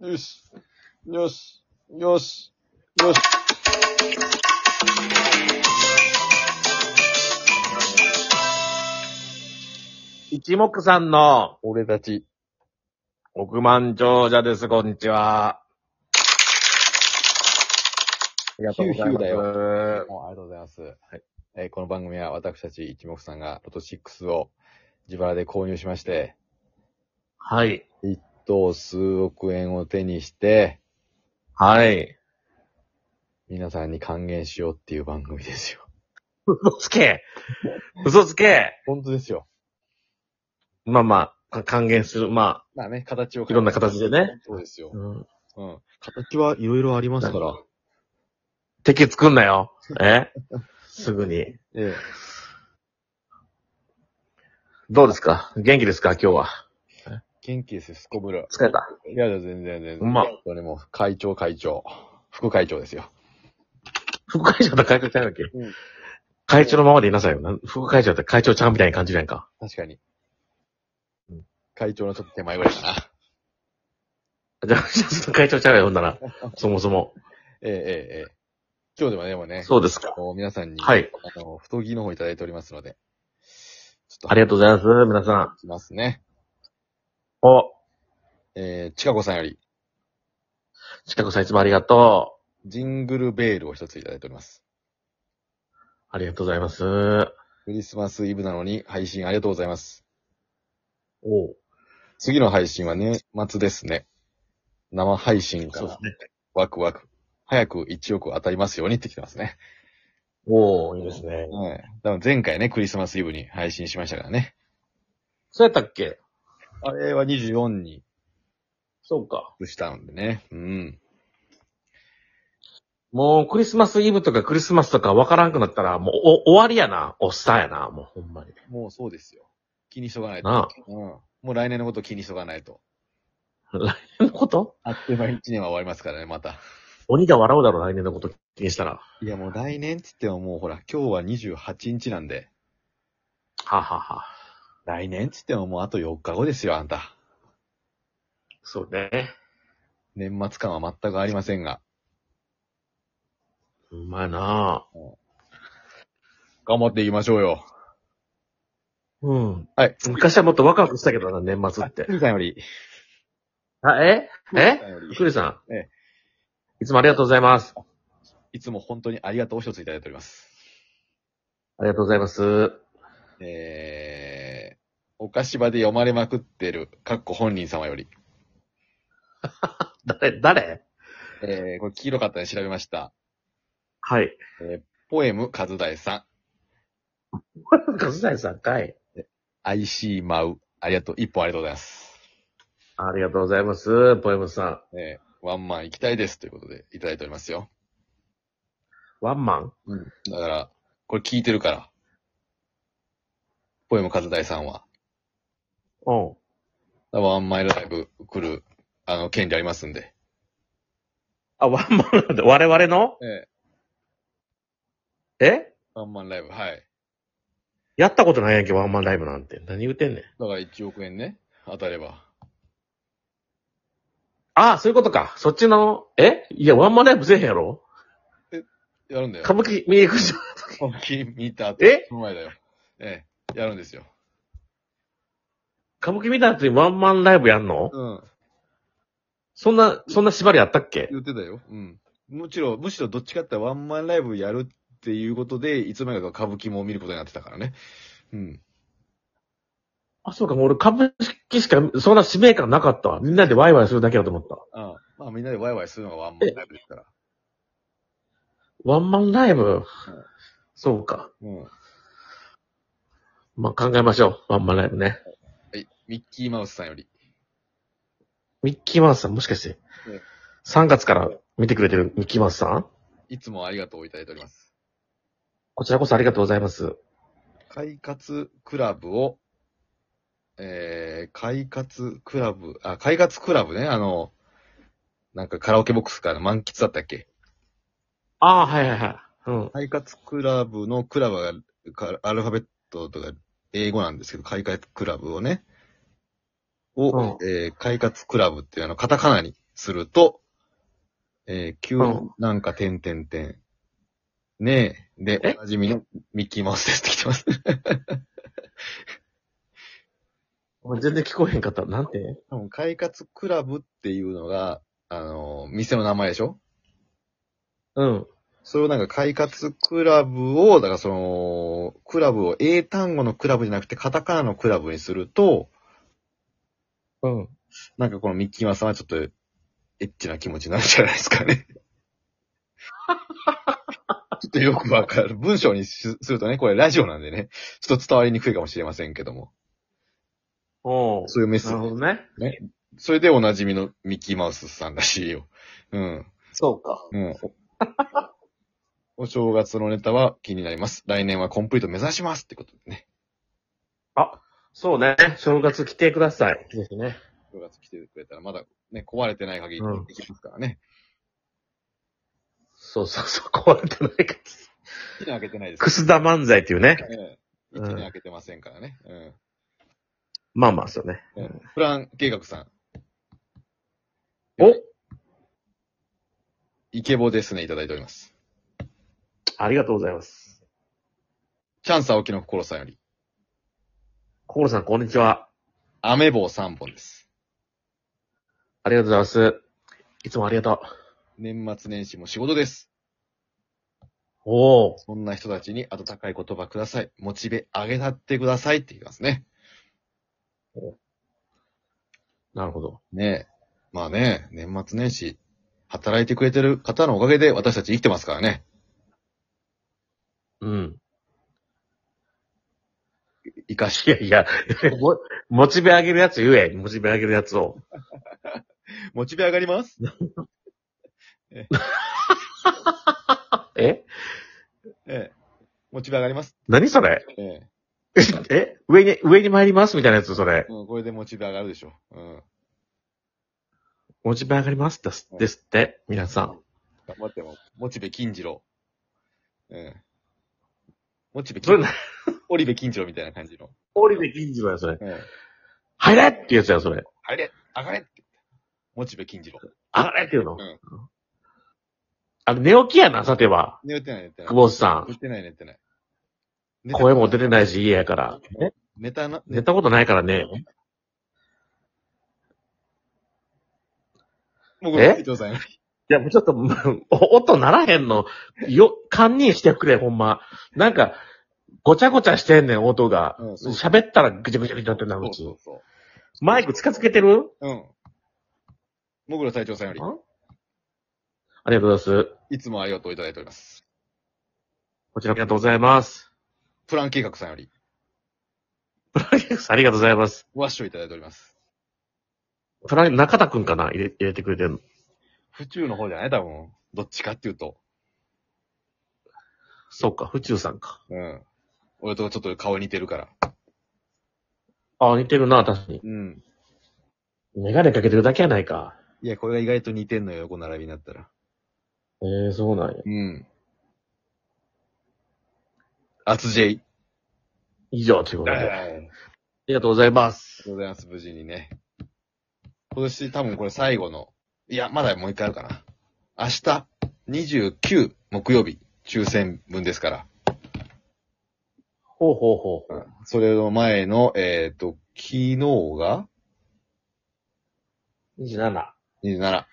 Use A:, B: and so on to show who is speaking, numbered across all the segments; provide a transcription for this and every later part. A: よし。よし。よし。よし。
B: 一目さんの
A: 俺たち。
B: 億万長者です、こんにちは。ありがとうござい
C: ヒューヒュ
B: ま
C: ー
B: す。
C: だ
B: よ
C: もうありがとうございます。えーこの番組は私たち一目さんがロト6を自腹で購入しまして、
B: はい。
C: 一等数億円を手にして、
B: はい。
C: 皆さんに還元しようっていう番組ですよ。
B: 嘘つけ嘘つけ
C: 本当ですよ。
B: まあまあ、還元する。ま
C: まあね、形を
B: いろんな形でね。
C: そうですよ
B: あ、。
C: うん。形はいろいろありますから。
B: 敵作んなよ。えすぐに。
C: ええ。
B: どうですか元気ですか今日は。
C: 元気ですよ、すこぶる。
B: 疲れた。
C: いやいや、全然全然。
B: うまっ
C: 本当にもう、会長会長。副会長ですよ。
B: 副会長と会長ちゃうわけ、
C: うん
B: 会長のままでいなさいよ。なん副会長って会長ちゃんみたいに感じるやんか。
C: 確かに
B: うん。
C: 会長のちょっと手前ぐらいかな。
B: じゃあ、 ちょっと会長ちゃうよ、ほんなら。そもそも。
C: ええ、ええ、ええ。今日でもねでもね、
B: そうですか。
C: こう皆さんに、
B: はい。
C: あの、太着の方いただいておりますので、ちょっ
B: ありがとうございます、皆さん。
C: いきますね。
B: お、
C: えー、ちかこさんより、
B: 近くさんいつもありがと
C: ジングルベールを一ついただいております。
B: う。ありがとうございます。お
C: クリスマスイブなのに配信ありがとうございます。
B: う
C: 次の配信は年末ですね。生配信か
B: そうで
C: ら
B: すね。
C: ワクワク。早く1億当たりますようにってきてますね。
B: おういいですね。
C: うん。多分前回ね、クリスマスイブに配信しましたからね。
B: そうやったっけ
C: あれは24に
B: そうか。
C: したんでね。うん。
B: もう、クリスマスイブとかクリスマスとかわからんくなったら、もう、お、終わりやな。おっさんやな。もう、ほんまに。
C: もうそうですよ。気にしとかないと。
B: なあ。
C: うん。もう来年のこと気にしとかないと。
B: 来年のこと
C: あっという間に1年は終わりますからね、また。
B: 鬼が笑うだろ、来年のこと気にしたら。
C: いや、もう来年って言ってももうほら、今日は28日なんで、
B: ははは。
C: 来年って言ってももうあと4日後ですよ、あんた。
B: そうね。
C: 年末感は全くありませんが。
B: うまいな
C: 頑張っていきましょうよ。
B: うん。
C: はい。
B: 昔はもっとワクワクしたけどな、年末って
C: ク。リさんより。
B: あ、え
C: クリさ
B: え
C: んより
B: クリさん。
C: え
B: いつもありがとうございます。
C: いつも本当にありがとうを一ついただいております。
B: ありがとうございます。
C: えー、お菓子場で読まれまくってる、かっこ本人様より。
B: 誰、誰
C: えー、これ黄色かったんで調べました。
B: はい。
C: ポエム、カズダイさん。
B: カズダイさんかい。
C: IC マウ。ありがとう。一本ありがとうございます。
B: ありがとうございます。ポエムさん。
C: えー、ワンマン行きたいですということでいただいておりますよ。
B: ワンマン
C: うん。だから、これ聞いてるから。ポエムカズダイさんは。
B: おう
C: ワンマンライブ来る、あの、権利ありますんで。
B: あ、ワンマンなんだ。我々の
C: ええ。
B: え
C: ワンマンライブ、はい。
B: やったことないやんけ、ワンマンライブなんて。何言うてんねん。
C: だから1億円ね、当たれば。
B: ああ、そういうことか。そっちの、えいや、ワンマンライブせえへんやろ
C: やるんだよ。
B: 歌舞伎見に行くじ ゃん。
C: 歌舞伎見た後。
B: え
C: その前だよ。ええ。やるんですよ。
B: 歌舞伎見た後にワンマンライブやんの
C: うん。
B: そんな、そんな縛りあったっけ
C: 言ってたよ。うん。むしろ、むしろどっちかってワンマンライブやるっていうことで、いつまでか歌舞伎も見ることになってたからね。うん。
B: あ、そうか、もう俺歌舞伎しか、そんな使命感なかったわ。みんなでワイワイするだけだと思った。
C: ああまあみんなでワイワイするのがワンマンライブですから。
B: ワンマンライブ、そうか。
C: うん。は
B: まあ、考えましょう。ワンマンライブね。
C: い。ミッキーマウスさんより。
B: ミッキーマウスさん、もしかして
C: うん、
B: 3月から見てくれてるミッキーマウスさん
C: いつもありがとうをいただいております。
B: こちらこそありがとうございます。
C: 快活クラブを、えー、快活クラブ、あ、快活クラブね、あの、なんかカラオケボックスから満喫だったっけ
B: ああ、はいはいはい。うん。
C: 快活クラブのクラブが、かアルファベットとか英語なんですけど、快活クラブをね、を、
B: うん
C: えー、快活クラブっていうあの、カタカナにすると、えー、急
B: うん、
C: なんか、てんてんてん。ねえ、で、
B: え
C: おなじみのミッキーマウスですって来て ます。
B: 俺全然聞こえへんかった。なんて
C: 多分、快活クラブっていうのが、あのー店の名前でしょ
B: うん。
C: それをなんか、快活クラブを、だからその、クラブを英単語のクラブじゃなくて、カタカナのクラブにすると、
B: うん。
C: なんかこのミッキーマウスさんはちょっと、エッチな気持ちになるんじゃないですか ね。ちょっとよくわかる。文章にしするとね、これラジオなんでね、ちょっと伝わりにくいかもしれませんけども。
B: おう
C: そういうメッセ
B: なる
C: ー
B: ほ
C: ジ。
B: どね。
C: それでおなじみのミッキーマウスさんらしいよ。うん。
A: そうか。
C: うん。お正月のネタは気になります。来年はコンプリート目指しますってことでね。
B: そうね。正月来てください。ですね。
C: 正月来てくれたらまだね、壊れてない限り
B: うん
C: できますからね。
B: そうそうそう。壊れてないか。
C: 一年開けてないです
B: くすだ漫才っていうね。
C: ええ一年開けてませんからね。うん。
B: まあまあ、そうね。
C: プラン計画さん。
B: お
C: イケボですね、いただいております。
B: ありがとうございます。
C: チャンス青木の心さんより、
B: コールさん、こんにちは。
C: アメ棒3本です。
B: ありがとうございます。いつもありがと
C: 年末年始も仕事です。
B: う。おお。
C: そんな人たちに温かい言葉ください。モチベ上げたってくださいって言いますね。
B: なるほど。
C: ねえ。まあね、年末年始、働いてくれてる方のおかげで私たち生きてますからね。
B: うん。
C: 生かし、
B: いやいや、もモチベ上げるやつ言え。モチベ上げるやつを。
C: モチベ上がります。
B: え
C: ええ。モチベ上がります。
B: 何それ
C: ええ。
B: え上に、上に参りますみたいなやつ、それ。
C: うん、これでモチベ上がるでしょ。うん。
B: モチベ上がりますですですって、皆さん。
C: 頑張っても、モチベ金次郎。うん。モチベ
B: それ
C: 金
B: な、
C: 織部金次郎みたいな感じの。
B: 折で銀次郎や、それ。
C: うん。
B: 入れってやつや、それ。
C: 入れ上がれって言って。モチベ金次郎。
B: 上がれっていうの。
C: ん
B: あれ、寝起きやな、さては。
C: 寝てない寝てない。
B: 久保田さ
C: 寝てない寝てない。
B: ん。声も出て
C: い。
B: ないし、家やから。え
C: 寝たな、
B: 寝たことないからね。
C: 僕の伊藤さんより。
B: いや、もうちょっと、 もうお音ならへんの。よ、堪忍してくれ、ほんま。なんか、ごちゃごちゃしてんねん、音が
C: うん。そう
B: 喋、ったらぐちゃぐちゃぐちゃってなる
C: そ
B: ん
C: うそうそ
B: マイク近づけてる
C: う。うん。もぐろ隊長さんより、
B: あありがとうございます。
C: いつもありがとういただいております。
B: こちらありがとうございます。
C: プラン計画さんより、
B: プラリスありがとうございます。
C: ワッショイいただいております。
B: プラリ中田くんかな入れ入れてくれてるの。
C: 府中の方じゃない多分。どっちかっていうと。
B: そうか、府中さんか。
C: うん。俺とちょっと顔似てるから。
B: あ、似てるな、確かに。
C: うん。
B: メガネかけてるだけやないか。
C: いや、これが意外と似てんのよ、横並びになったら。
B: ええそうなんや。
C: うん。アツジェイ。
B: 以上、ということ
C: あ
B: で。
C: り
B: あ
C: がと
B: りがとうございます。
C: うございます、無事にね。今年多分これ最後の、いや、まだもう一回あるかな。明日、29木曜日、抽選分ですから。
B: ほうほうほうほう。
C: それの前の、えっ、と、昨日が
B: 27。
C: 27、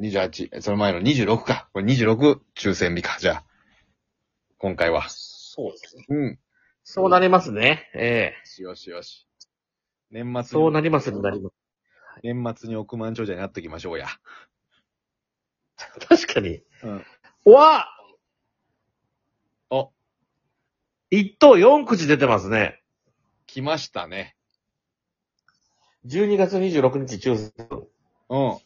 C: 28、その前の26か。これ26抽選日か、じゃあ。今回は。
B: そうですね。
C: うん。
B: そうなりますね。ええ
C: よしよし。年末に
B: そうなりますね、なりま
C: 年末に億万長者になっときましょうや。
B: す。確かに。
C: うん。
B: うわ
C: お、
B: 一等4口出てますね。
C: 来ましたね。
B: 12月26日抽選。
C: うん。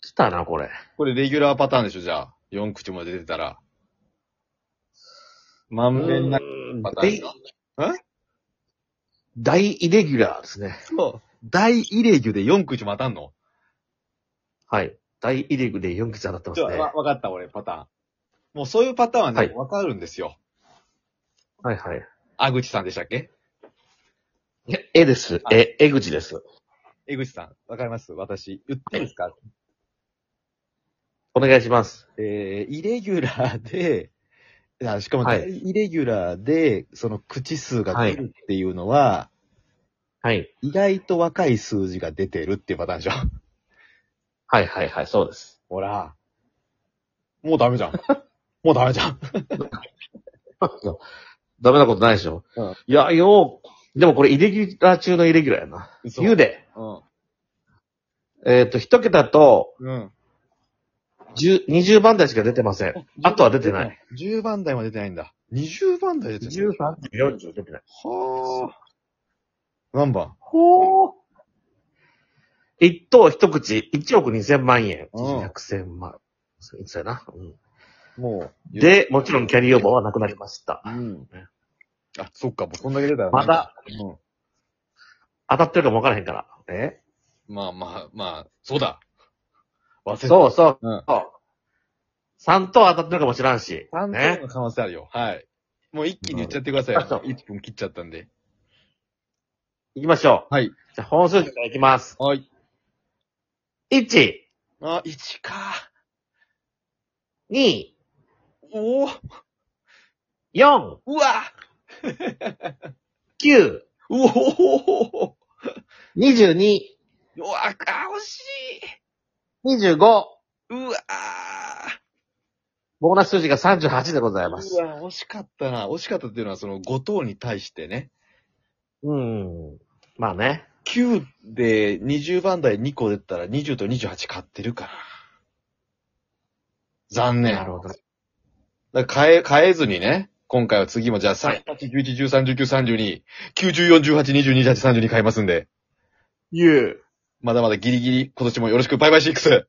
B: 来たな、これ。
C: これレギュラーパターンでしょ、じゃあ。4口も出てたら。まんべんなく
B: うーん
C: パターン
B: 大
C: よ。
B: 大イレギュラーですね。
C: そう。大イレギュで4口も当たんの
B: はい。大イレギュで4口当たってま
C: ち
B: す
C: ょ、
B: ね。
C: わ、わかった、俺、パターン。もうそういうパターンは
B: は
C: ね
B: い、
C: わ、かるんですよ。
B: はいはい。
C: あぐちさんでしたっけ
B: え、えです。え、え口です。
C: 江口さん、わかります私、言っていいですか
B: お願いします。
C: えー、イレギュラーで、あしかも、
B: はい
C: イレギュラーで、その口数が出るっていうのは、
B: はい。
C: 意外と若い数字が出てるっていうパターンでしょ。
B: はいはいはい、そうです。
C: ほら。もうダメじゃん。もうダメじゃん。
B: ダメなことないでしょ。
C: うん
B: いや、よう、でもこれイレギュラー中のイレギュラーやな。
C: 嘘
B: 言うで。
C: うん。
B: えっ、と、一桁と
C: うん。
B: 10 20番台しか出てません。あとは出てない。
C: い。10番台も出てないんだ。20番台出てない。
B: 13、40出てない。
C: はあ。何番
B: ほー。一等一口、1億2000万円。
C: うん
B: 100千万。そうそうやな、うん
C: もう。、
B: で、もちろんキャリーオーバーはなくなりました。
C: うん。あ、そっか、もうこんだけ出たらね
B: まだ。
C: うん。
B: 当たってるかもわからへんから。え
C: まあまあ、まあ、そうだ。忘れて
B: そうそう。
C: うん
B: 3等当たってるかもしらんし。
C: 3等
B: ね。
C: の可能性あるよ。はい。もう一気に言っちゃってくださいよ。
B: うん
C: 1分切っちゃったんで。
B: 行きましょう。
C: はい。
B: じゃあ本数字から行きます。
C: はい。
B: 1、
C: あ、1か。
B: 2、
C: おお
B: 4、
C: うわ
B: 9、
C: うおお
B: 22、
C: うわあ、惜しい
B: 25、
C: うわあ
B: ボーナス数字が38でございます
C: う。わ惜しかったな。惜しかったっていうのは、その、五等に対してね。
B: うん。まあね。
C: 9で20番台2個出たら20と28買ってるから。残念。
B: なるほど。
C: だから変え、変えずにね。今回は次もじゃあ3、8、11、13、19、32、9、14、18、22、28、32変えますんで。
B: ゆう。
C: まだまだギリギリ、今年もよろしく、バイバイシックス